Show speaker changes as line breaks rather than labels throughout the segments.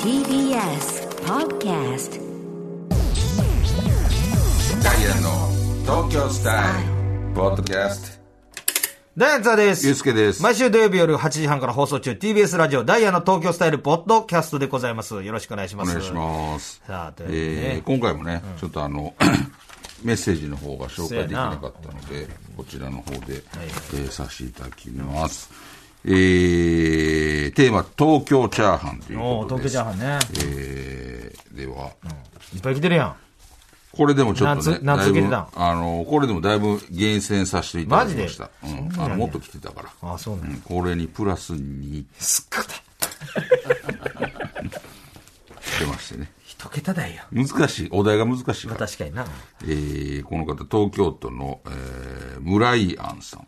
TBS Podcast
ダイアンの東京スタイルポッドキャス
ダイアンツアです。
ゆうすけです
毎週土曜日夜8時半から放送中、TBS ラジオ、ダイアンの東京スタイル、ポッドキャストでございます。よろしくお願いし
ト
ま
お
す。
願いします、
さあということでね
えー今回もね、ちょっとあの メッセージの方が紹介できなかったのでこちらの方で、えーさせていただきます、えーテーマ「東京チャーハン」という
おー
こと
東
で
京
す
チャーハンね。
えーでは、
いっぱい来てるやん。
これでもちょっとね
夏夏
だいぶ
受けてた
あのこれでもだいぶ厳選させていただきました、うん、あのもっと来てたから
ああ、そうな
うんんこれにプラス2
すっごい。
出ましてね
一桁台やん。
難しいお題が難しいか
まあ
ら
確かにな。
えーこの方、東京都の、えー村井庵さん、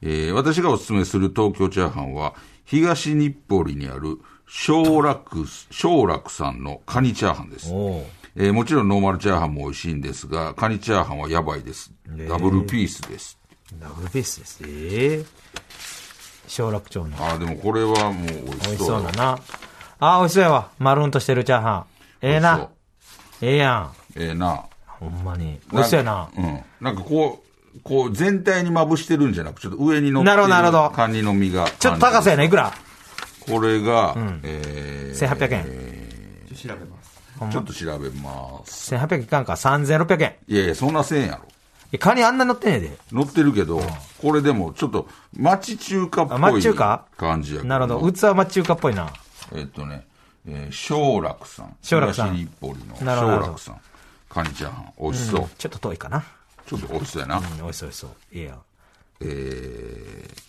えー私がお勧めする東京チャーハンは、東日暮里にある小楽、小楽さんのカニチャーハンです。
おう
えーもちろんノーマルチャーハンも美味しいんですが、カニチャーハンはやばいです。ダブルピースです。
ダブルベースです。ええ小楽町の。
あー、でもこれはもう美
美
味
味
し
し
そ
そうう
だ
だ。な。ああ、美味しそうやわ。マルーンとしてるチャーハン。ええ
美味し
な
そう。
ええやん。
ええな。
ほんまに。美味しそうやな。
うん。なんかこう、こう全体にまぶしてるんじゃなく、ちょっと上に乗って
なるほどなるほど
カニの身が。
ちょっと高さやね。いくら
これが、えー
?1800 円。
ちょっと調べます。
1800いかんか。3600円。
いやいや、そんなせんやろ。
えカニあんな乗ってんねえで。
乗ってるけど、これでもちょっと町中華っ
あ
ぽ
町
い
中華
感じやけど。
なるほど。器は中華っぽいな。
えっとね、えー、小楽さん。
小楽さん
東日暮里の
なるほどな
小
るほど
楽さん。カニチャーハン。美味しそう。
ちょっと遠いかな。
ちょっと美味しそうやな。
うん、美味しそう美味しそう。いいや。
えー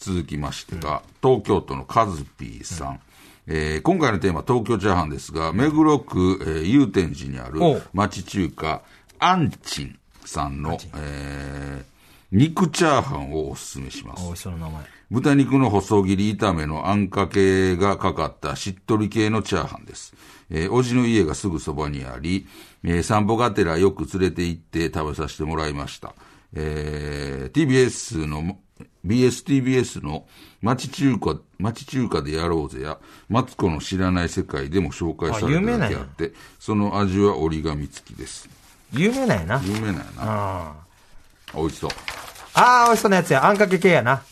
続きましてが、東京都のカズピーさん。えー今回のテーマ、東京チャーハンですが、目黒区、えー、祐天寺にある
おう
町中華、アンチンさんの、えー肉チャーハンをおすすめしま
美
す。
味しそうな名前。
豚肉の細切り炒めのあんかけがかかったしっとり系のチャーハンです。えー、おじの家がすぐそばにあり、えー散歩がてらよく連れて行って食べさせてもらいました。えー TBS の、BSTBS の町中華、町中華でやろうぜや、マツコの知らない世界でも紹介され
あ有名
た
な
だ
ん
け
や
あって、その味は折り紙付きです。
有名なんやな。
有名なんやな。
あ
美味しそう。
あー、美味しそうなやつや。あんかけ系やな。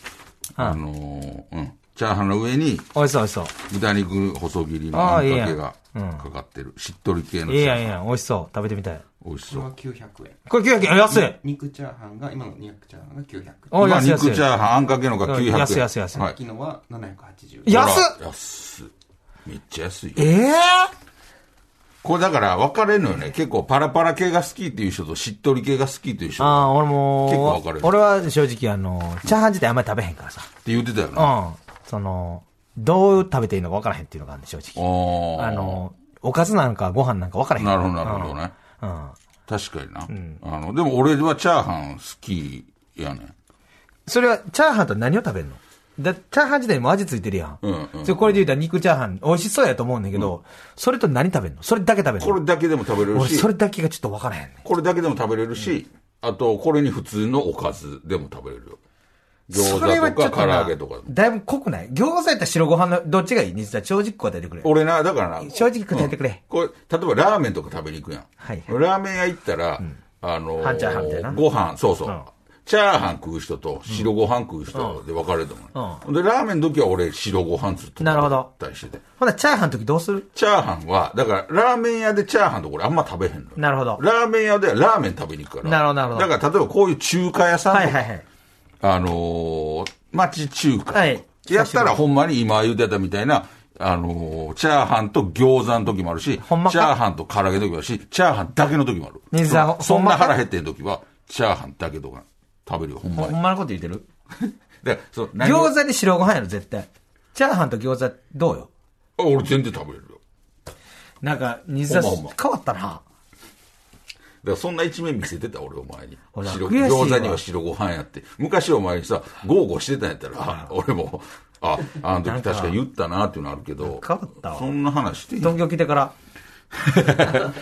あのーうん。チャーハンの上に、
美味しそう、美味しそ
豚肉細切りの
あ
あ
あ
ん
いい
か
や
けがかかってる。しっとり系の
う。いい
チャ
や
ー
ん、いい
ハン
やん。美味しそう。食べてみたい。
美味し
こ
そ
れは
う。
900円
これ900円。安い。
肉チャーハンが今の200チャーハンが900円
ま
お
あ、
安
肉
い、安
チ
い。
ャーハン、あんかけのが900円。
安い安い安い
はい。
昨日は780円
安っ
ほら安っめっちゃ安いよ。
ええ
これだから分かれるのよね。結構パラパラ系が好きっていう人としっとり系が好きっていう人
ああ、
っ
俺
結構
も
分かれ、る
俺は正直あの、チャーハン自体あんまり食べへんからさ。
て言ってたよね。あ
うん。その、どう食べていいのか分からへんっていうのがあるんで、正直。
ー
あ、の、おかずなんかご飯なんか分からへん。
なるほどなるほどね。
うん。
確かにな。あの、でも俺はチャーハン好きやね。
それは、チャーハンと何を食べるのだチャーハン自体にも味ついてるやん。
うんうん
それこれで言うたら肉チャーハン、美味しそうやと思うねんだけど、それと何食べるのそれだけ食べるの
これだけでも食べれる
俺、
し、
それだけがちょっと分からへんねん。
これだけでも食べれるし、あと、これに普通のおかずでも食べれるよ。
そ
餃
れは
子
ち
とか
ょっと
唐
な
揚げとか。
だいぶ濃くない餃子やったら白ご飯の、どっちがいい実は正直答えてくれ。
俺な、だからな。
正直答えてくれ
うんこれ、例えばラーメンとか食べに行くやん。
はい
ラーメン屋行ったら、あのー
半チャーハンみたいな
ご飯、そうそう。
うん
チャーハン食う人と白ご飯食う人で分かれると思う、で、ラーメンの時は俺白ご飯ずっと
なるほど
食べたりしてて。
ほな、チャーハンの時どうする
チャーハンは、だからラーメン屋でチャーハンとか俺あんま食べへんのよ。
なるほど
ラーメン屋ではラーメン食べに行くから。
なるほどなるほど
だから例えばこういう中華屋さんと
は
か
いはいはい。
あのー、町中華。
はい
やったらほんまに今言うてたみたいな、あのー、チャーハンと餃子の時もあるし、チ
ほんまか
ャーハンと唐揚げの時もあるし、チャーハンだけの時もある。
ねえ
その
さ
そ
ほ
ん
ん
な
まか
腹減ってん時は、チャーハンだけとか食べるよ、ほんま
ほ
に。
んまのこと言ってる
で、そう、何を
餃子に白ご飯やろ、絶対。チャーハンと餃子、どうよ
あ俺全然食べれるよ。
なんか、西田
ほんまほんま
変わったな。
だからそんな一面見せてた俺お前に
ほら
白
悔しいわ
餃子には白ご飯やって昔お前にさ豪語してたんやったら 俺もああの時確か言ったなっていうのあるけど
変わったわ
そんな話していい
東京来 てから。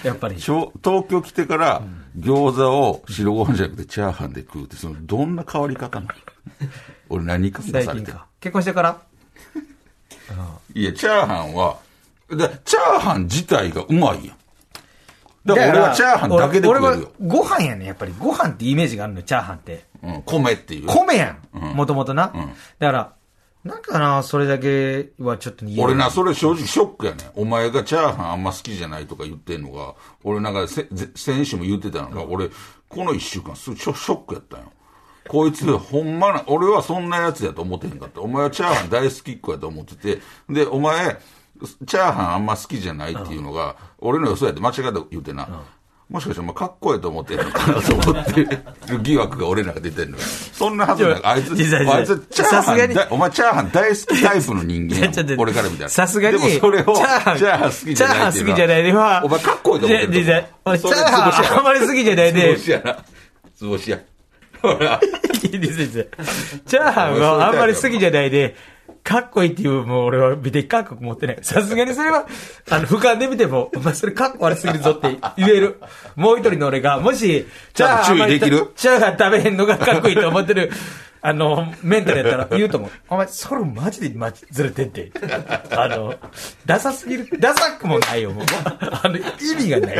やっぱり。
ちょ東京来てから餃子を白ご飯じゃなくてチャーハンで食うって、そのどんな変わり方なの俺何かさ
大
され
金
てる
か。結婚してから
いや、チャーハンは、だチャーハン自体がうまいやん。だから俺
だ
はチャーハンだけで
俺
食え
は
るよ。
ご飯やねんやっぱり。ご飯ってイメージがあるのよ、チャーハンって。
うん、米っていう。
米やん。もともとな。だから、なんかな、それだけはちょっと言えい
俺な、。それ正直ショックやねんお前がチャーハンあんま好きじゃないとか言ってんのが、俺なんかせぜ先週も言ってたのが、俺、この一週間すショショックやったんよ。こいつ、ほんまな、俺はそんなやつやと思ってへんかった。お前はチャーハン大好きっ子やと思ってて、で、お前、チャーハンあんま好きじゃないっていうのが、俺の予想やって間違えた言うてな。もしかしてお前かっこええと思ってんのかなと思ってる疑惑が俺らが出てんのよそんなはずない。あいつ、
実際
あいつ、チャー
さす
ハ
が
ン
に
大、お前チャーハン大好きタイプの人間やもん
ちょっと
俺から見たら。
さすがに、
でもそれを、チ
チ
ャ
ャー
ーハ
ハ
ン、
ン、
好きじゃないって
チャーハン
う
好
の
きじゃないでは、
お前かっこいいと思ってると思う
じゃじゃ俺チ
そ
ャー
れ図星や
ハンあんまり好きじゃない
図
で、
星やな。図星や。ほら。
いいですよチャーハンはあんまり好きじゃないで、かっこいいっていう、もう俺は美的感覚持ってない。さすがにそれは、あの、俯瞰で見ても、お前それかっこ悪すぎるぞって言える。もう一人の俺が、もし、チャーハンあんまり
ちゃんと注意できる
チャーハン食べへんのがかっこいいと思ってる、あの、メンタルやったら言うと思う。お前、それマジでマジずれてんて。あの、ダサすぎる。ダサくもないよ、もう。あの、意味がない。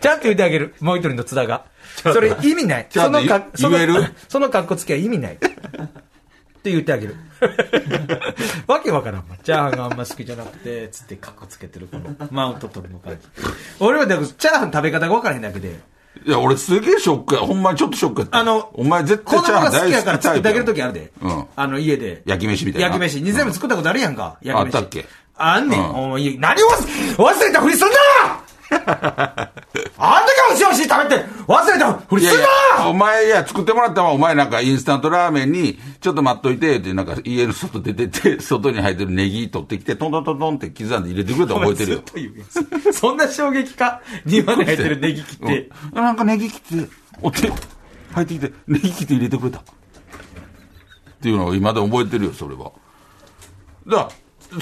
ちゃんと言ってあげる。もう一人の津田が。それ意味ない。
ちゃ
そ
んと
の
言
か、その
言える
その格好つけは意味ない。って言ってあげる。わけわからんもん。チャーハンがあんま好きじゃなくて、つって格好つけてる、このマウント取るの感じ。 俺はだから、チャーハン食べ方がわからへんだけで。
いや、俺すげえショックや。ほんまにちょっとショックやった。
あの
お前絶
子
対チ
供
ャーハ
が
ン大
好き
好
や
きタ
か
イ
ら
プやも
作っ
ん
てあげるときあるで。
うん
あの、家で。
焼き飯みたいな。
焼き飯。に全部作ったことあるやんか。焼
あ
き飯。
ったっけ
あんねん。
うん
お前、いや何を忘忘れたふりすんなあんだけ美味しい美味しい食べて、忘れたふ
い
り
や
す
い
ん
や
な、
お前、いや、作ってもらったわ。お前なんかインスタントラーメンに、ちょっと待っといて、って、なんか家の外出てって、 外に入ってるネギ取ってきて、トントントントンって刻んで入れてくれたら覚えてるよ。
ずっと言うやん そんな衝撃か庭に入ってるネギ切って。
うんなんかネギ切って、おって、入ってきて、ネギ切って入れてくれた。っていうのを今でも覚えてるよ、それは。だから、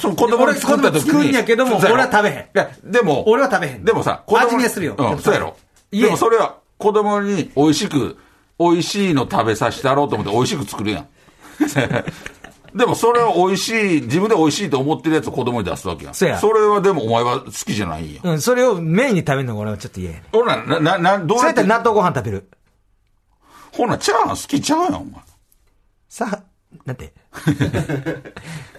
その子供に作った時に。
俺子供作んやけども
そうやろ
俺は食べへん
いや、でも。
俺は食べへん
でもさ、
味見はするよ
う
で
ん、
も
そうやろ。
いえ
でもそれは、子供に美味しく、美味しいの食べさせてやろうと思って美味しく作るやん。 でもそれを美味しい、自分で美味しいと思ってるやつを子供に出すわけやん。
そうや
れはでもお前は好きじゃないんや。
うん、それをメインに食べるのが俺はちょっと嫌やねん。
ほら、な、な、な、どう
そう
や
や
っ
った
て
ら納豆ご飯食べる。
ほな、チャーハン好きちゃうやん、お前。
さあ、なんて。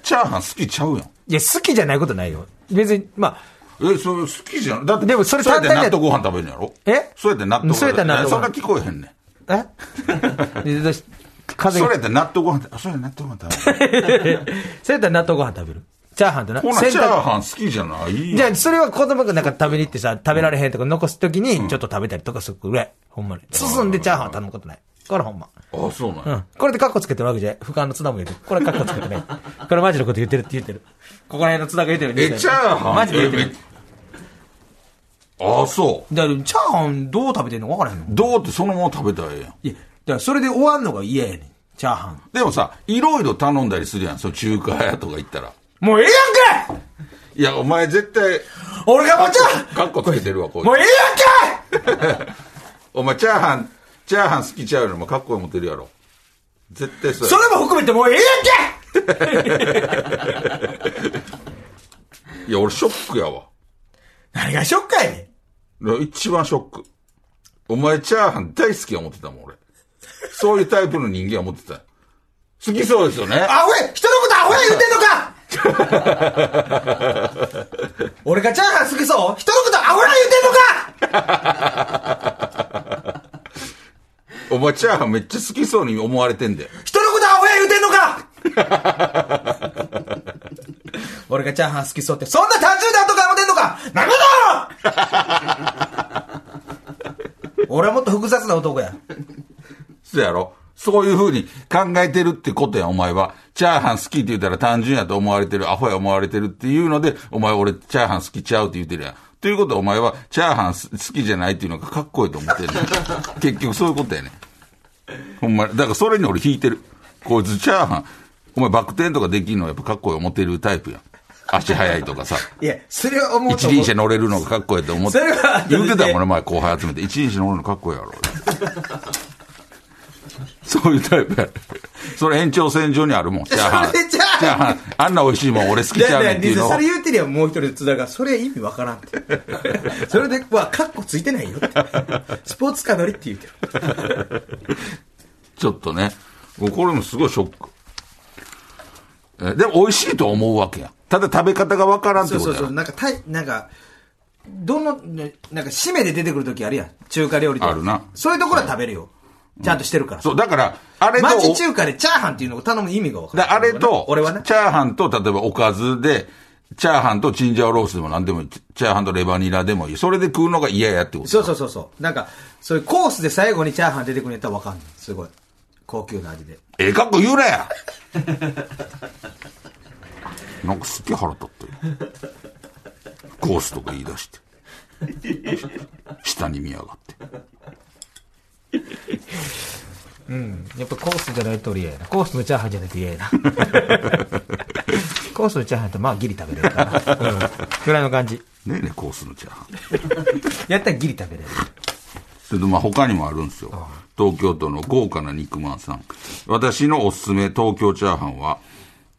チャーハン好きちゃうやん。
いや、好きじゃないことないよ。別に、まあ、
え、それ好きじゃん。だって、
でもそれ
そうやって
単
納
体で
豆ご飯食べるんやろ
え
そうやって納豆
そうやって納豆ご飯
そんな聞こえへんねん。
え でどうし風
それ
邪
やって納豆ご飯、あ、それ納豆ご飯食べる。
そうやったら納豆ご飯食べる。チャーハンとな。
ほな、
洗濯
チャーハン好きじゃないやん
じゃあ、それは子供がなんか食べに行ってさ、食べられへんとか残すときに、ちょっと食べたりとかするぐらい。ほんまに。進んでチャーハン頼むことない。これほんま。
あ、そうなん
う
や。
ん。これでカッコつけてるわけじゃない。俯瞰の津田も言うてる。これカッコつけてない。これマジのこと言ってるって言ってる。ここら辺の津田が言ってる
え、チャーハン
マジで言ってる。
えめあ、そう。
だから、チャーハンどう食べてんのか分からへんの
どうってそのまま食べたらええやん。
いや、だからそれで終わんのが嫌やねん。チャーハン。
でもさ、いろいろ頼んだりするやん、その中華屋とか行ったら。
もうええやんかい
いや、お前絶対、
俺がもうチャー
カ
ハ
ッコつけてるわ、こい
ン
つ
もうええやんかい
お前、チャーハン、チャーハン好きちゃうのもかっこいい思ってるやろ。絶対そうや
そ
ろ。
れも含めてもうええやんかい
いや、俺ショックやわ。
何がショックやねん。
一番ショック。お前、チャーハン大好きや思ってたもん、俺。そういうタイプの人間や思ってたよ。好きそうですよね。
アホや人のことアホや言うてんのか 俺がチャーハン好きそう人のことアホや言うてんのか
お前、チャーハンめっちゃ好きそうに思われてんだよ。
人のことアホや言うてんのか俺がチャーハン好きそうって、そんな単純だとか思ってんのか何事俺はもっと複雑な男や。
そうやろそういう風に考えてるってことや、お前は。チャーハン好きって言ったら単純やと思われてる、アホや思われてるっていうので、お前俺チャーハン好きちゃうって言ってるやん。ということはお前はチャーハンす好きじゃないっていうのがかっこいいと思ってる、ねん、結局そういうことやねん。ほんまにだからそれに俺引いてる。こいつチャーハン、お前バク転とかできるのはやっぱかっこいい思ってるタイプやん。足速いとかさ。
いや、それは思う
一
と思
輪
う
車。乗れるのがかっこいいと思って
それは
言ってたもんね前後輩集めて一輪車乗るのかっこいいやろ そういうタイプやそれ延長線上にあるもんチャーハン
それチャー
じゃあ、あんな美味しいもん俺好きちゃうねんっていうのを
それ言うてりゃもう一人津田が、それ意味わからんって。それで、はカッコついてないよって。スポーツカー乗りって言うてる。
ちょっとね、もうこれもすごいショック。えでも美味しいと思うわけやん。ただ食べ方がわからんってこ
そう
と
そ
や
うそう。
ろ。
なんか、たい、なんか、どの、ねなんか、締めで出てくるときあるやん。中華料理とか。
あるな
そういうところは食べるよ。ちゃんとしてるから。
そう、だから、あれと、
町中華でチャーハンっていうのを頼む意味がわか
だ
ら
あ
ない
れと、
俺はね。
チャーハンと、例えばおかずで、チャーハンとチンジャオロースでも何でもいい。チャーハンとレバニラでもいい。それで食うのが嫌やってこと。
そうそうそうそう。なんか、そういうコースで最後にチャーハン出てくるんやったらわかんない。すごい。高級な味で。
ええかっこ言うなや なんかすっげえ腹立ったよ。コースとか言い出して。下に見やがって。
やっぱコースじゃないと俺嫌やな。コースのチャーハンじゃなくて嫌 やな。コースのチャーハンってまあギリ食べれるから。うん。ぐらいの感じ。
ねえねえ、コースのチャーハン。
やったらギリ食べれる。
それでまあ他にもあるんですよ。東京都の豪華な肉まんさん。私のおすすめ東京チャーハンは、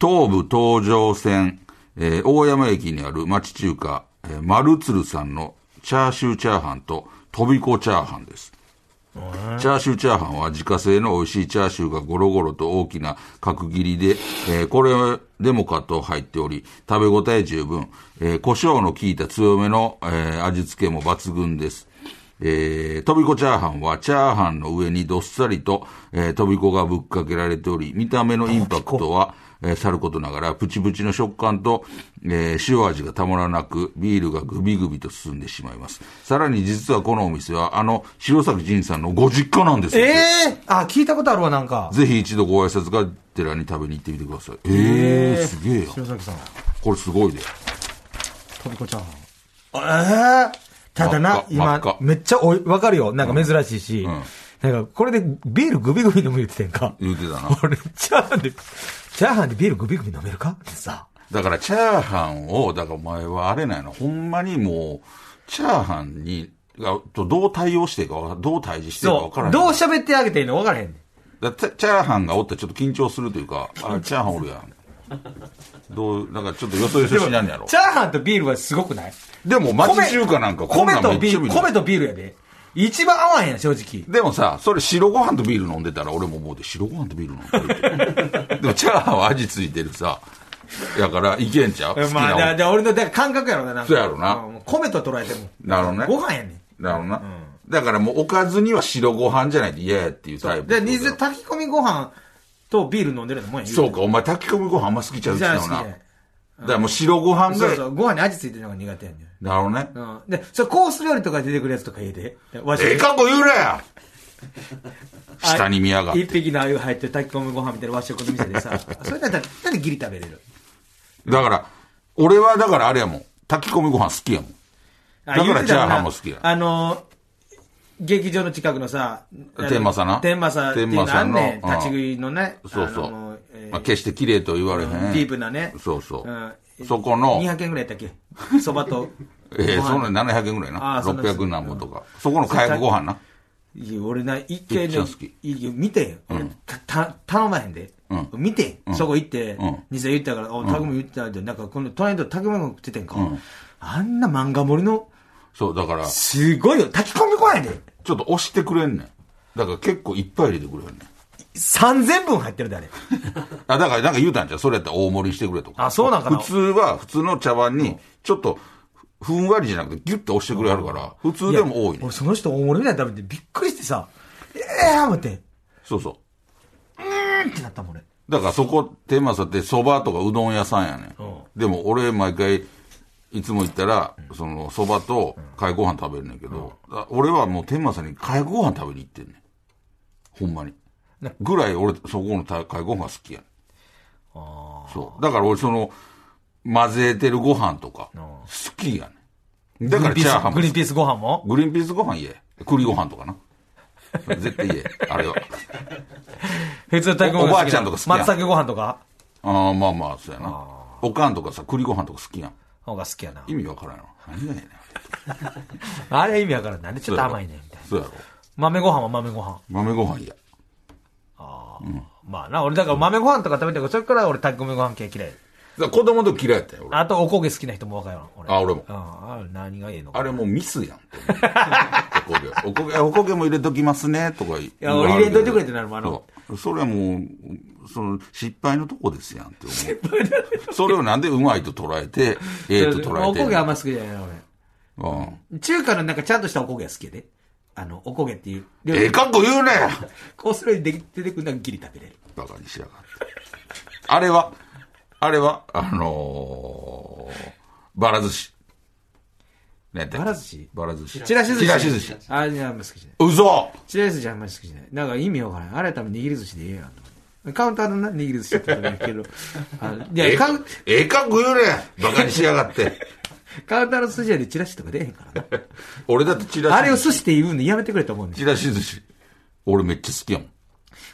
東武東上線、えー大山駅にある町中華、えー、丸鶴さんのチャーシューチャーハンと飛び子チャーハンです。チャーシューチャーハンは自家製の美味しいチャーシューがゴロゴロと大きな角切りで、えーこれでもかと入っており、食べ応え十分、えー胡椒の効いた強めの、えー味付けも抜群です。えー、とびこチャーハンは、チャーハンの上にどっさりと、えー、とびこがぶっかけられており、見た目のインパクトは、えーさることながら、プチプチの食感と、えー塩味がたまらなく、ビールがグビグビと進んでしまいます。さらに実はこのお店は、あの、白崎仁さんのご実家なんですよ。
ええあ、聞いたことあるわ、なんか。
ぜひ一度ご挨拶がてらに食べに行ってみてください。ええー、すげえよ。
白崎さん、
これすごいで。
飛び子チャーハン。ええただ
真っ
な
赤、真っ
今
赤、
めっちゃおい、わかるよ。なんか珍しいし。
ん
なんか、これでビールグビグビ飲む言ってたやんか。
言うてたな。
俺、チャーハンで、チャーハンでビールグビグビ飲めるかってさ。
だから、チャーハンを、だからお前はあれなんやな、ほんまにもう、チャーハンに、がとどう対応していいかわから、どう対峙していいか
そ
わ
う
から。ない。
どう喋ってあげていいの分からへんねん。
だチャチャーハンがおったらちょっと緊張するというか、あ、チャーハンおるやん。どう、なんかちょっとよそよそしなんやろ。
チャーハンとビールはすごくない
でも、町中華なんかこんな
米
んめ
と
っ
ビ
ちゃ
ー
見
ル、
る
米とビールやで。一番合わんやん、正直。
でもさ、それ白ご飯とビール飲んでたら俺も思うで、白ご飯とビール飲んでるって。でもチャーハンは味ついてるさ。やから、いけんちゃう好き
まあ、
な
じゃあ俺のだから感覚やろな、なんか。
そうやろな
うん米と捉えても。
なるほどね
ご飯やねん。
なるほどな。だからもうおかずには白ご飯じゃないと嫌やっていうタイプ。
で、水、炊き込みご飯とビール飲んでるのもんや。
そうか、お前炊き込みご飯あんま好きちゃう
じゃあ
う
好
ち
き
だよ
や
な。だからもう白ご飯
そう
が
そ、う、ご飯に味ついてるのが苦手やねん。
なるほどね。
うん。で、それコース料理とか出てくるやつとか家で。わし
ええかっこ言うなや 下に見やがって
一匹の鮎入ってる炊き込みご飯みたいな和食の店 でさ。それだったら、なんでギリ食べれる
だから、俺はだからあれやもん。炊き込みご飯好きやもん。
あ
だから
言うてたよな
チャーハンも好きや
あのー、劇場の近くのさ、
天満さんな
天満さんっていうのあんね
天満
ん。
さんの
立ち食いのね。
そうそ
あの
う。
えー
まあ、決して綺麗とは言われへん。
ディープなね。
そうそう。
うん
そこの、
200円ぐらいやったっけそばと。
ええ
ご飯
そんな700円ぐらいな。
あーそんな
600円なんぼとか。そこの火薬ご飯な。
いや、俺な、一回
め
ね
っちゃ好き、
いや見てん。俺た、た、頼まへんで。
うん
見てん。そこ行って
うん、
店言ったから、お、たくみ言ってたで、なんか、この隣のたくみも食っててんか。あんな漫画盛りの、
そう、だから、ち
すごいよ。炊き込みご飯やで。
ょっと押してくれんねん。だから結構いっぱい入れてくれんねん。
3000分入ってるで、あれ。
あ、だからなんか言うたんじゃうそれやったら大盛りしてくれとか。
あそうなんかな
普通は、普通の茶碗に、ちょっと、ふんわりじゃなくてギュッと押してくれはるから、普通でも多い
や
ねん
俺、。その人大盛りみたいなの食べてびっくりしてさ、ええー、待って、
そうそう。
うんってなったもん、俺。
だからそこ、天満さんって蕎麦とかうどん屋さんやね、ん。でも俺毎回、いつも行ったら、その蕎麦とかえご飯食べるねんけど、だ俺はもう天満さんにかえご飯食べに行ってんねん。ほんまに。ぐらい俺そこのたかえご飯好きやねん。そう。だから俺その、混ぜてるご飯とか、好きやねん。だからチャーハンも
グリーンピースご飯も
グリーンピースご飯言え。栗ご飯とかな。絶対言え。あれは。
普通の炊き込み
おおばあちゃんとか好きやん
松茸ご飯とか
ああ、まあまあ、そうやな。おかんとかさ、栗ご飯とか好きやん。
の方が好きやな
意。味わからんやろ。何がやねん。
あれ意味わからん。なんでちょっと甘いねん、みたいな。
そうやろ。
豆ご飯は豆ご飯。
豆ご飯や。
ああ、まあな、俺だから豆ご飯とか食べてるから、それから俺炊き込みご飯系嫌い。
ら子供の時嫌いやったよ、俺。
あとおこげ好きな人もわかるわ俺。
あ俺も
うん、あれ何がええのか。
あれもうミスやんって思う。おこげ。おこげ、おこげも入れときますね、とか言い
や俺入れんといてくれってなるもんあの
そうそれはもう、その、失敗のとこですやんって思う。それをなんでうまいと捉えて、ええと捉え
お
てんの。
こげあんま好きじゃないな、
うん。
俺。中華のなんかちゃんとしたおこげは好きやで。あの、おこげっていう料理。
ええかっこ言うね
こうするよりでき出てくるのがギリ食べれる。
バカにしやがって。あれは、あれは、あのー、ばら寿司。ね
ばら寿司
ばら寿司。
ちらし寿司。
ちらし寿司。
あれあんま好きじゃない。
うそ
ちらし寿司あんまり好きじゃない。なんか意味わからん。あれは多分握り寿司でええやんと思って。カウンターのな握り寿司だったらいい けど。あのい
ええ
や、カ
か
ウン、
ええかっこ言うねバカにしやが って。
カウンターの寿司屋でチラシとか出えへんからな。
俺だってチラシ。
あれを寿司って言うのやめてくれと思うんです
ち
よ。
らし寿司。俺めっちゃ好きやもん。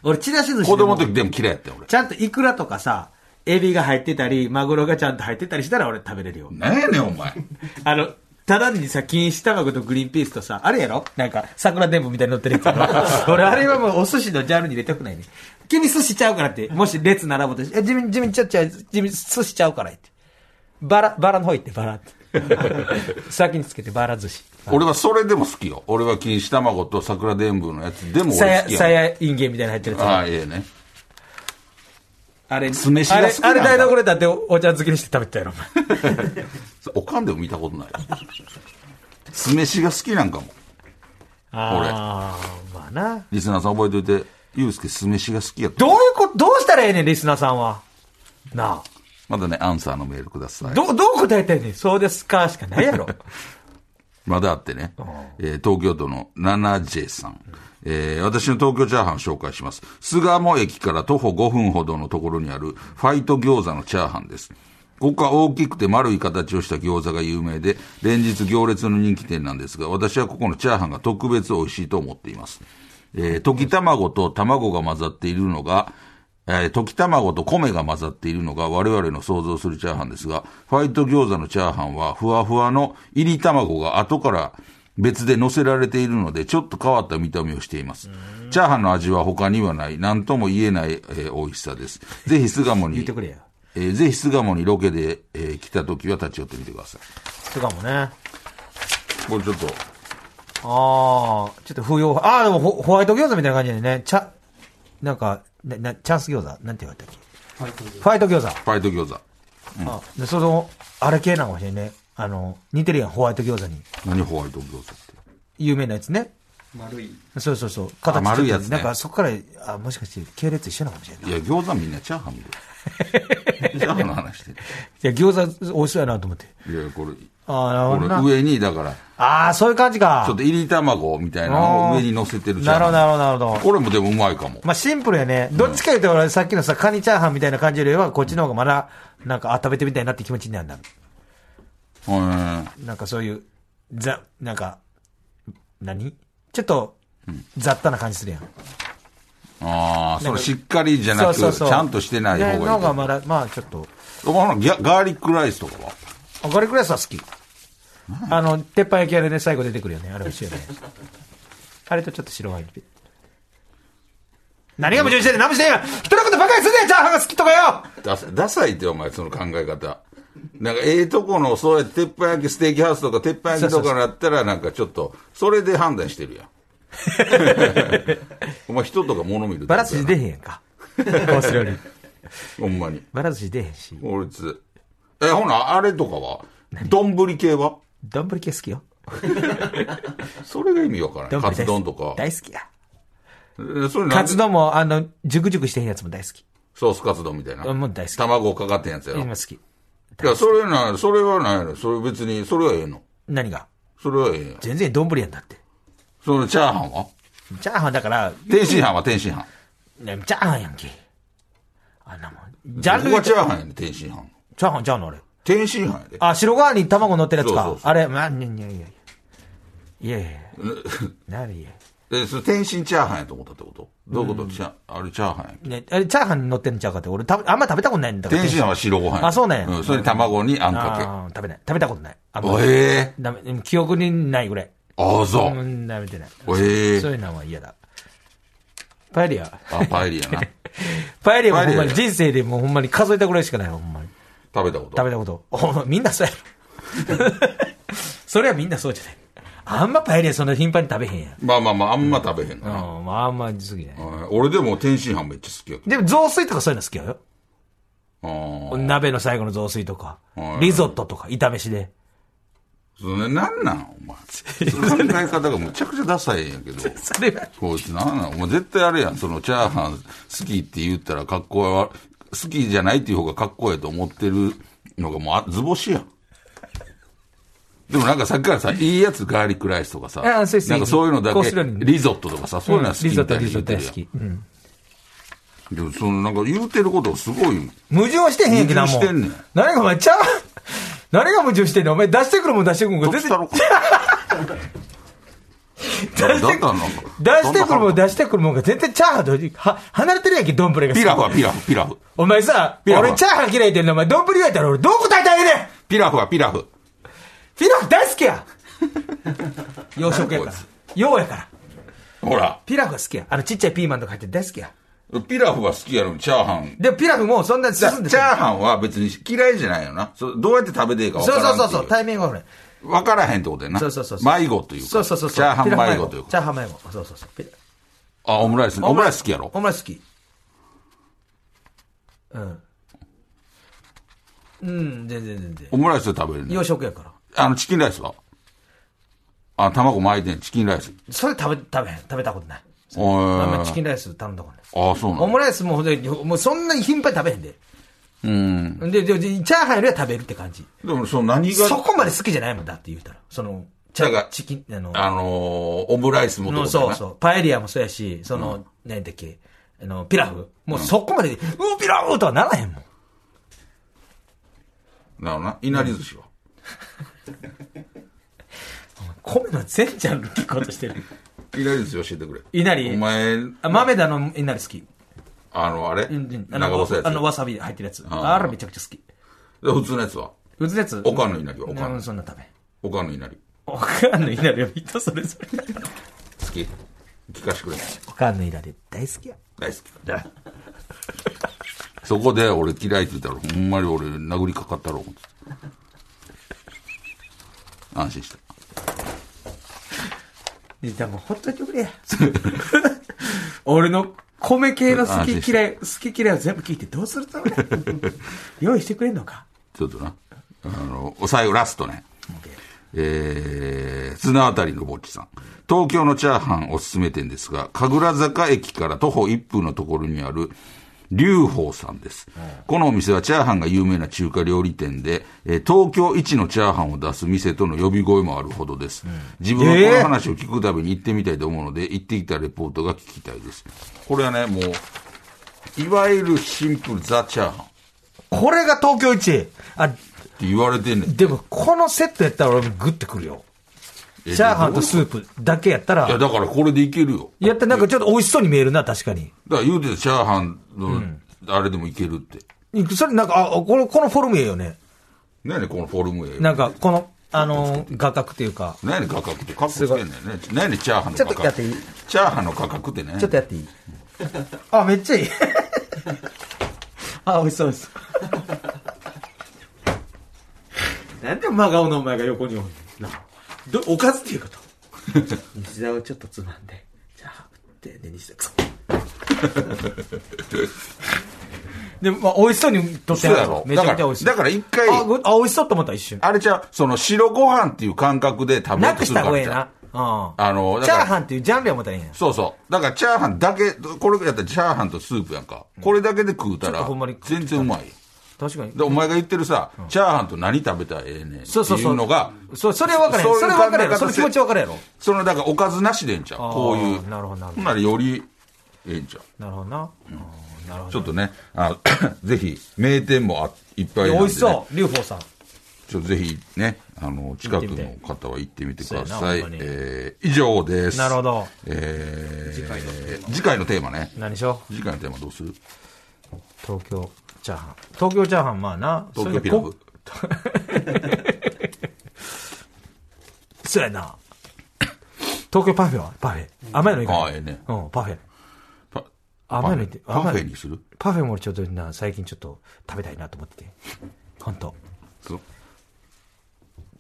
俺、チラシ寿司でも
子供の時でも嫌いやったよ、俺。
ちゃんとイクラとかさ、エビが入ってたり、マグロがちゃんと入ってたりしたら俺食べれるよ。
なんやねん、お 前。
あの、ただにさ、錦糸卵とグリーンピースとさ、あれやろなんか、桜伝武みたいに乗ってるやつや ろ俺、あれはもうお寿司のジャンルに入れたくないね。君寿司ちゃうからって。もし列並ぶとして、え、自分、自分ちゃっちゃう、自分寿司ちゃうからって。バラ、バラの方行って、バ ラって。先につけてバラ寿司。
俺はそれでも好きよ。俺は錦糸卵と桜伝武のやつでも
さ
俺好
や、
きや
さ
ん。
やインゲンみたいなの入ってるやつ。
ああ、ええね。
あれ、
酢飯が
あ
好
れ
き、な
あ
んだ
れ台所でだっておお茶漬けにして食べてたやろ、お前。
おかんでも見たことない。酢飯が好きなんかも。
ああ、まあな。
リスナーさん覚えといて、ゆうすけ酢飯が好きやと。
どういうこと、どうしたらええねん、リスナーさんは。な
まだね、アンサーのメールくださ
あ。
い。
どう、どう答えたいねん。そうですか、しかな いやろ。
まだあってね、えー東京都の 7J さん、えー私の東京チャーハン紹介します。菅鴨駅から徒歩5分ほどのところにあるファイト餃子のチャーハンです。ここは大きくて丸い形をした餃子が有名で、連日行列の人気店なんですが、私はここのチャーハンが特別美味しいと思っています。えー溶き卵と卵が混ざっているのが、えー溶き卵と米が混ざっているのが我々の想像するチャーハンですが、ファイト餃子のチャーハンはふわふわの入り卵が後から別で乗せられているので、ちょっと変わった見た目をしています。チャーハンの味は他にはない、何とも言えない、えー美味しさです。ぜひ巣鴨に、
言ってくれや。
えーぜひ巣鴨にロケで、えー来た時は立ち寄ってみてください。
とかもね。あ
これちょっと、
あ、ちょっと不要。ああ、でもホホワイト餃子みたいな感じでね。チャ、なんか、な、な、チャンス餃子なんて言われたっけ
ファイトで
ファイト餃子。
ファイト餃子。
あで、その、あれ系なのかもしれんね。あの、似てるやん、ホワイト餃子に。
何ホワイト餃子って。
有名なやつね。
丸い。
そうそうそう。形
あ丸いやつね
なんかそこから、あ、もしかして系列一緒なのかもしれない。
いや、餃子みんなチャーハ ンで。チャーハンの話してる。
いや、餃子美味しそうやなと思って。
いや、これ、
ああ、なるほどな
これ上に、だから、
ああ、そういう感じか。
ちょっと入り卵みたいなのを上に乗せてるチャ
な
ーハ
るほど、
ン。
なるほど、なるほど。
これもでもうまいかも。
まあ、シンプルやね。どっちか言うと、俺さっきのさ、カニチャーハンみたいな感じよりは、こっちの方がまだ、なんか、あ、食べてみたいなって気持ちにはなる。
うん。
なんかそういう、ざ、なんか、何ちょっと、雑多な感じするやん。
ああ、それしっかりじゃなく、ちゃんとしてない方がいい
ね
と
の
思
が
う。
まだ、まあ、ちょっと。
お前のギャガーリックライスとかは
あガリックライスは好き。あの、鉄板焼き屋でね、最後出てくるよね。あれ美味しいよね。あれとちょっと白ワイン。何が矛盾してんねん何もしてんや人のことばかりすんねんチャーハンが好きとかよ
ダサダサいってお前、その考え方。なんか、ええとこの、そうやって、鉄板焼き、ステーキハウスとか、鉄板焼きとかなったら、なんかちょっと、それで判断して るやん。お前、人とか物見る
バラ寿司
で。
出へんやんか。こうするより。
ほんまに。
バラ寿司出へんし。
俺つ。え、ほな、あれとかは丼系は
丼系好きよ。
それが意味わからない。カツ丼とか。
大好きや。
えそれなん
カツ丼も、あの、ジュクジュクしてへんやつも大好き。
ソースカツ丼みたいな。
うんもう大好き
卵かかってんやつやろ。
今好
い
き。
や、それな、それはないの。それ別に、それはええの。
何が
それはええよ。
全然丼やんだって。
そのチャーハンは
チャーハンだから、
天津飯は天津飯。
ねチャーハンやんけ。あんなもん。ジャン
こ
ル
こ
が
は
チ
チ
ャ
ャーハンやね天津飯。
ーハンちゃうのあれ。
天津飯やで。
あ、白側に卵乗ってるやつ
そう
か
そう。そう
あれ、まあ、いやいやいや。いやいやいや。なるいや。
え、その天津チャーハンやと思ったってことどういうことチャあれチャーハンやんけ。
ね、あれ、チャーハンに乗ってんちゃうかって、俺、たあんま食べたことないんだから。
天津飯は白ご飯や
あそうなんや
ん。それに卵にあんか
あー食べない。食べたことない。あん
け。
ま
お
り。
ええ。
ダメ、うん記憶にないぐらい。
ああ、そう
う。ん、食べてない。
おええ
そう。いうのは嫌だ。パエリア。
あ、パエリアな。
パエリアは
パエ
ほ
リ
ん
ア
まに人生でもうほんまに数えたぐらいしかない、ほんまに。
食べたこと。
食べたこと。お前みんなそうやろ。それはみんなそうじゃない。あんまパエリアそんな頻繁に食べへんやん。
まあまあまあ、あんま食べへんな。
うん、まああんまり好きじゃない。
はい俺でも天津飯めっちゃ好きやけ
でも雑炊とかそういうの好きやよ。
ど。ああ。
鍋の最後の雑炊とか
は、い
リゾットとか、炒めしで。
それなんなん、お前。その考え方がむちゃくちゃダサいんやけど。
それは、
こいつなんなん、お前絶対あれやん。そのチャーハン好きって言ったら格好は、好きじゃないっていう方が格好やと思ってるのがもうあ図星やん。でもなんかさっきからさ、いいやつガーリックライスとかさ、
ああそうです
なんかそういうのだ
こう
け
するよう、に
リゾットとかさ、そういうのは好き
リゾ
み
ッ
た
ト、
い
リ
に
ゾ
言っ
ット
て
好
るやん。
き。うん
でもそのなんか言うてることをすごい、
矛盾はしてへんやんけ、な
矛
んも
盾してんねん。
何がお前、ちゃう 何が矛盾してんのお前、出してくるもん出してくるもん。
どっ
全
ちだ
然
ろうか。だからなんか
出してくるもん出してくるもんが全然チャーハンとは離れてるやんけ、丼が。
ピラフはピラフ、ピラフ。
お前さ、
ピラフ
俺チャーハン嫌いってんの、お前丼やったら俺どう答えてあげねん
ピラフはピラフ。
ピラフ大好き や洋食やから
こいつ。
洋やから。
ほら、
ピラフが好きや。あのちっちゃいピーマンとか入ってる大好きや。
ピラフは好きやのにチャーハン。
でもピラフもそんなに
じゃ
進ん
あ
で
チャ
ない
ーハンは別に嫌いじゃないよな。そうどうやって食べていいか分
そ
か
う
ら
そ
ん
う
ってい。
そううそう、タイミングが悪い。
分からへんってことやな。
そうそうそうそう
迷子というか。
そうそうそうそう。
チャーハン
ピラフ
迷子という
チ
か。
ャーハン迷子。そうそうそう。ピラ
あ、オムライスね。オムライス好きやろ
オ。ムライス好き。うん。うん、全然全然。
オムライスで食べるね
洋。食やから。
あの、チキンライスはあ、卵巻いてんチキンライス。
それ食べ、食べへん。食べたことない。
お
あん
ー
まりチキンライス頼んだことない。
あ、そうな
オ
んだ
ムライスもほんとに、もうそんなに頻繁に食べへんで。
うん。
で、で、でチャーハンよりは食べるって感じ。
でも、その何が、
そこまで好きじゃないもんだって言うたら。その、チ
だから
ャチキン、あの、
あのー、オムライスもって
の
ことや
そう
な
そう。パエリアもそうやし、その、何だっけ、あの、ピラフ。もうそこまで、うお、ピラフとはならへんもん。
なるほどな。いなり寿司は。
米の全ジャンル聞こうとしてる。
いなり寿司教えてくれ。
いなり
お前、
あ、豆田のいなり好き。
あの、あれ
うんうんあ
長
の
細い、やつ。
あのわさび入ってるやつ。
あー
あれめちゃくちゃ好き。
で普通のやつは
うつのやつ。
岡のいなりは岡
う
の
ん、。そんな食べん。
岡のいなり。
おかんのいなりは人それぞれ。
好き聞かしてくれ。
おかんのいなり大好きや。
大好き。そこで俺嫌いって言ったら、ほんまに俺殴りかかったろう思って。安心した。
ででもほっといてくれや。 俺の米系の好き嫌い、好き嫌いを全部聞いてどうするつもりだ 用意してくれんのか
ちょっとな。あの、最後、ラストね。えー、綱渡りのぼっちさん。東京のチャーハンおすすめ店ですが、神楽坂駅から徒歩1分のところにある、龍宝さんです。このお店はチャーハンが有名な中華料理店で、えー東京一のチャーハンを出す店との呼び声もあるほどです。自分はこの話を聞くたびに行ってみたいと思うので、行ってきたレポートが聞きたいです。これはね、もう、いわゆるシンプルザチャーハンっ
これが東京一あ、
て言われてんねん。
でもこのセットやったら俺もグッてくるよ。チ
え
ャーハンとスープだけやったら
いや、、だからこれでいけるよ。
やったらなんかちょっと美味しそうに見えるな、確かに。
だから言うてたチャーハンの、あれでもいけるって。
それなんか、あ、この、このフォルムええよね。
何やねんこのフォルムええ。
なんか、この、あのー、画角というか。
何やねん価格って。価格つけんねんね。何やねんチャーハンの
ち
価
ょっ
格。
とやっていい
チャーハンの価格ってね。
ちょっとやっていいあ、めっ ちゃいい。あ、美味しそうです。 なんで真顔のお前が横におるのなどおかずっていう こと西田をちょっとつまんで、じゃあ、打って、で、西田くそ。 でも、まあ、美味しそうにとって
そうやろ。
めち
だか
ゃくちゃ美味し
ら、
い。
だから一回、
あ、ごあ美味しそうと思った、一瞬。
あれちゃう、その白ご飯っていう感覚で食べよ
な
う
く
とす
し
る
た
か
方が
ら
ええ
ちゃう
な。うん。
あの、
チ
だか
ャー
ら、
ハンっていうジャンルや思ったらええんや。
そうそう。だからチャーハンだけ、これやったらチャーハンとスープやんか。これだけで食うた
ちょっ
ら
とほんまに、
全然うまいよ。
確かに。
で、お前が言ってるさ、チャーハンと何食べたらええねんって
そうそう
い
そう
うのが、
そそれは分からへん。
そうい
そうれは分からへん。
考え
そ
方
の
せ
気持ち分からへんやろ。
そのだからおかずなしでええんちゃう
あー
こういう
なるほどなるほど
んならよりええんちゃう
なるほどな。うんなるほ
ちょ
ど。
っとねあ ぜひ名店もあいっぱいあるんで、ね、
美味しそう、龍宝さん。
ちょっとぜひねあの近くの方は行ってみてください
行ってみてそうやなほんまに
えー以上です
なるほど。
えー次回の次回のテーマね
何でしょう
次回のテーマどうする
東京チャーハン。東京チャーハン、まあな。
東京ピラ
それ
フ
でこそうやな。東京パフェはパフェ。甘いのいいか
あ
な
あええね
うん、パフェ。
パ
甘いのって、
パフェパフ
甘
ェ
い
にする
パフェもちょっとな、最近ちょっと食べたいなと思ってて。本当
そ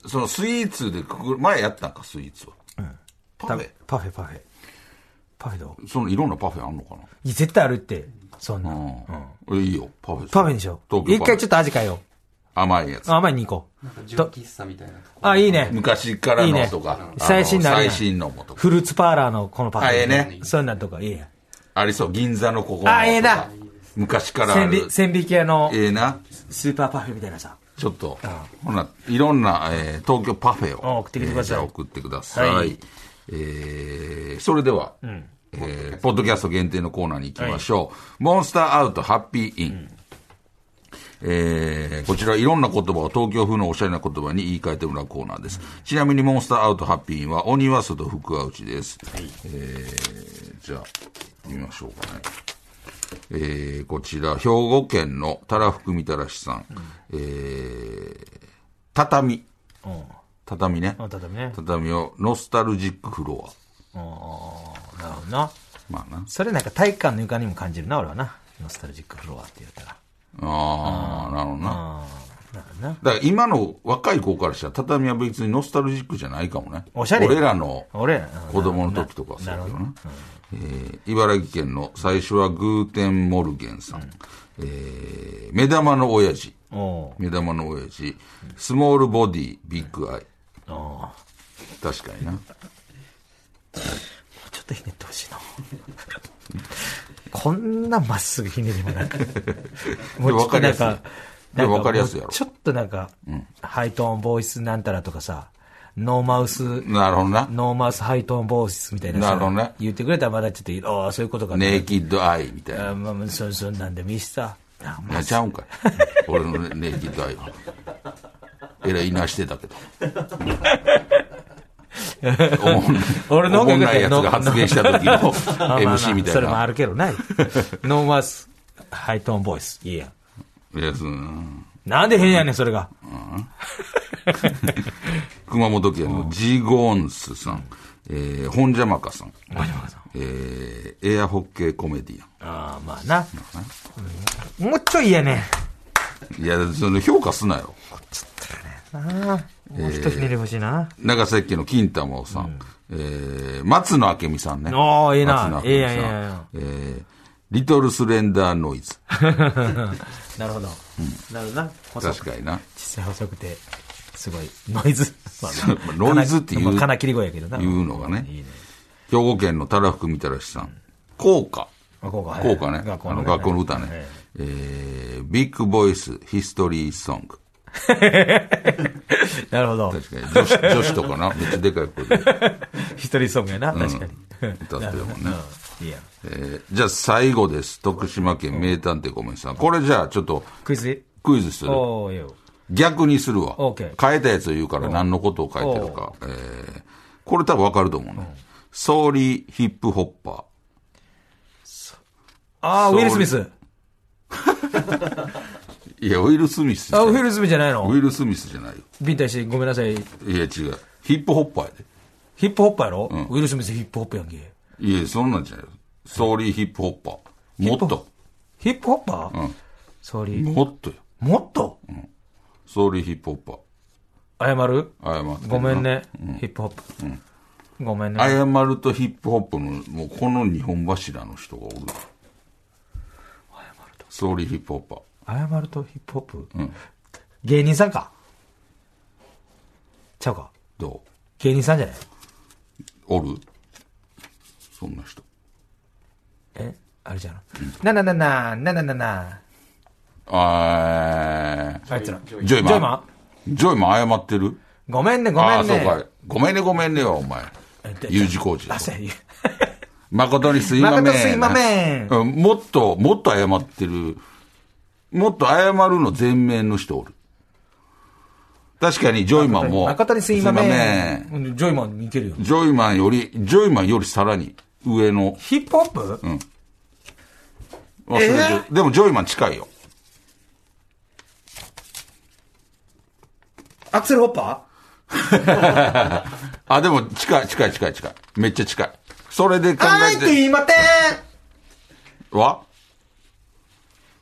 そのスイーツでくくる前やったんかスイーツは、パフェ
パフェパフェ。パフェどう
そのいろんなパフェあんのかない
や絶対あるって。そんな。
うん、いいよパフェ
パフェにしよう。
東京
一
パフェ
回ちょっと味変えよ
甘いやつ
う。甘いに行こ
なんか
う。
純
と
喫茶みたいなとこ
あ、いいね。
昔から
いい
の
ね
とか、あの
最新のあるやん
最新のもとか
フルーツパーラーのこのパフェ。
あええね
そんなんとか、いいや。
ありそう銀座のここの
あ、ええな。
昔からあ
千
る
里、千里系の
ええな
スーパーパフェみたいなさ。
ちょっとほないろんな、えー東京パフェ
あ
を
送ってきてく
えー
ださい
じゃあ送ってください、
はい
えーそれでは、えーポッドキャスト限定のコーナーに行きましょう、モンスターアウトハッピーイン、えーこちらいろんな言葉を東京風のおしゃれな言葉に言い換えてもらうコーナーです。ちなみにモンスターアウトハッピーインは鬼は外福は内です。えーじゃあ、行ってみましょうかね。えーこちら、兵庫県のたらふくみたらしさん。えー畳。畳ね。
あ、ただね。
畳をノスタルジックフロ
なるほどな。
ア。まあな。
それなんか体育館の床にも感じるな、俺はな。ノスタルジックフロアって言ったら。
ああ、なるほどな。
ああ、なるほどな。
だから今の若い子からしたら畳は別にノスタルジックじゃないかもね。
おしゃれ
俺らの
俺ら、
子供の時とかはそうだけどな。えー茨城県の最初はグーテンモルゲンさん。えー目玉の親父。
おお
目玉の親父。スモールボディ、ビッグアイ。
ーおー
確かにな。
ちょっとひねってほしいな。こんなまっすぐひねりもな く。もうちょっとなんか、
で
なん
わかりやすいやろ
もうちょっとなんか、ハイトーンボイスなんたらとかさ、ノーマウス、
なるほどな。
ノーマウスハイトーンボイスみたいなさ
なるほどね
言ってくれたらまだちょっと、ああ、そういうことか
ネイキッドアイみたいな。
あまあまあ、そうそうなんでもいいしさ。あまあ
なちゃうんかい。 俺のネイキッドアイは。えらいなしてたけ ど。おもん
俺の方が
おもんないやつが発言した時の
まあまあ
MC みたい
それもあ
な。
るけどない。ノーマウスハイトーンボイス。いいやん。
いやその
なんで変やねん、それが。
熊本県のジゴーンスさん、えー、本邪魔家さん、えー、エアホッケーコメディ
ああ、まあな。うんもうちょいやねん。
アン。いや、その評価すなよ。
もう一ひねり欲しいな。
長崎県の金太郎さん、えー、松野明美さんね。
ああええな
松野明美さん
ええやんええやん
えー、リトルスレンダーノイズ。
なるほど。なるほどな。細く
確かにな。
実際細くて、すごい、ノイズ。ま
う まあノイズっていう
まあ金切り声やけどな。
いうのがね
いいね。
兵庫県のたらふくみたらしさん。効果。
あこうか
効果ね。
学校
あ
の
の
ね
学校の歌ね。
え
えー、ビッグボイスヒストリーソング。
えなるほど。
確かに。女子 女子とかな。めっちゃでかい声で
一人ソングやな、確かに。
歌ってるもんね。
いいやん。
えーじゃあ最後です。徳島県名探偵ごめんさん。これじゃあちょっと
クイズで
クイズする。
おーよ。
逆にするわ。
オーケー
変えたやつを言うから何のことを書いてるか。えー、これ多分わかると思うね。ソーリーヒップホッパー。
ああ、ウ
そう
ィル・スミス。
いや、ウィル・スミスじゃ
あ、
ない。
ウィル・スミスじゃない
ウ
の
ィル・スミスじゃないよ。
ビンタしてごめんなさい。
いや、違う。ヒップホッパーや
ヒップホップやろウィル・スミスヒップホップやんけ。
で。いや、そんなんじゃないよ。ソーリーヒップホッパー。もっと。
ヒップホッパー
うん。
総理。
もっとよ。
もっと
ソーリーヒップホ
謝る
ッパー。謝って。
ごめん。ね、ヒップホップ。ごめんね。
謝るとヒップホップの、もうこの日本柱の人がおる。謝ると。ソーリーヒップホッパー。
謝るとヒップホップ、芸人さんかちゃうか
ど
芸人さんじゃないう
おるそんな人。
えあれじゃん。なななな、なななな、
あー
あいつら。ジ
ジョイマン。
ョイマ
ジョイマン謝ってる
ンごめんね、ご
あ
め
あー、
ん
そう
ね。
か。ごめんね、ごめんねよ、お前
えで。
U 字工事だ
あ、。そうや。
誠にすいまめん。
誠にすいまめん
うん。もっと、もっと謝ってる。もっと謝るの全面の人おる。確かに、ジョイマンも。
誠にすいま
すい
め
め
ん。うんジョイマンにいけるよ。
んジョイマンより、ジョイマンよりさらに上の。
ヒップホップ
忘れてるでも、ジョイマン近いよ。
アクセルホッパ
あ、でも、近い、近い、近い、近い。めっちゃ近い。それで考
ーあーい
え
って
て、
言いまてん
は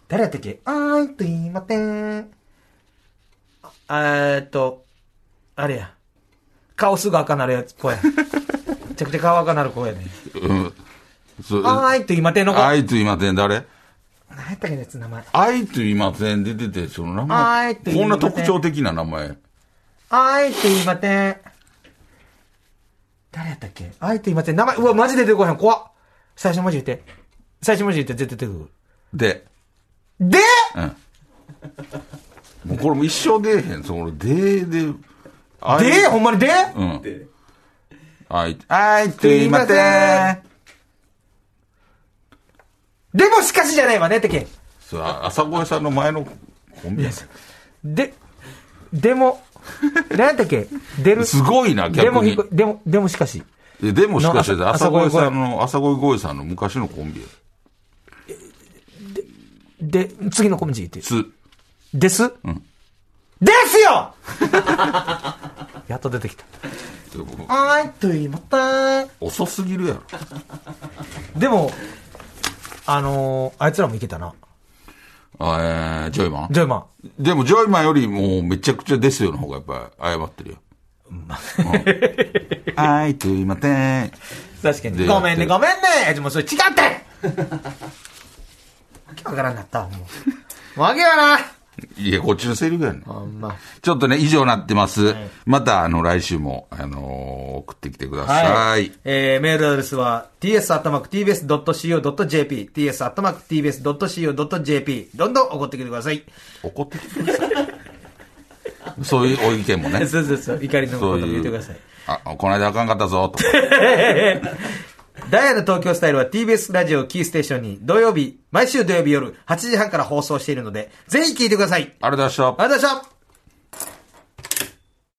誰やったっけあーいと言いまてん。あえーっと、あれや。顔すぐ赤なるやつ、子や。めちゃくちゃ顔赤なる子やね。
うん。そう
あーいと言いまてんの子。
愛と今てん誰
何やったっけなやつ、名前。
愛と今てん出てて、その名前。
愛と今
こんな
天
特徴的な名前。
あーいと言いまてん。誰やったっけあーいと言いまてん。名前、うわ、マジ出てこへん。怖っ。最初文字言って。最初文字言って絶対出てく
で。
る。で
うん。もうこれも一生出えへん。その、で、で、愛
でほんまにで
うん。愛、愛と今てん。
でもしかしじゃないわね、やったっけ。
そう、あ朝越さんの前のコンビ や
で、でも、何やったっけ出る。
すごいな、
でも
逆
ひ
に
こ。、でも、でもしかし。
えでもしかして
の朝
朝越さんの、朝越ゴイさんの昔のコンビや。
で、次の小文字言って。
つ、
です
ん
です よやっと出てきた。あーいと言いまたー
遅すぎるやろ。
でも、あのー、あいつらもいけたな。
あえー、ジョイマン
ジョイマ
でも、ジョイマンよりも、めちゃくちゃですよの方がやっぱ、謝ってるよ。 うん愛と言いまてん。
ン。確か
で
ごめんね、ごめんねでもそれ違ったわけわからんなったわ、もう。わけわからん
いや、こっちのセリフやね。
ほんま。
ちょっとね、以上なってます。また、あの、来週も、あのー送ってきてください。
えーメールアドレスは ts.tbs.co.jp ts.tbs.co.jp どんどん送ってきてください。
怒ってきてください。そういうお意見もね。
そうそうそう、怒りの
そ
こ
う
と
い
も言ってく
う
ださい。。
あ、この間あかんかったぞ、とか。
ダイヤの東京スタイルは TBS ラジオをキーステーションに土曜日、毎週土曜日夜8時半から放送しているので、ぜひ聞いてください。
あれ出した。
ありがとうございました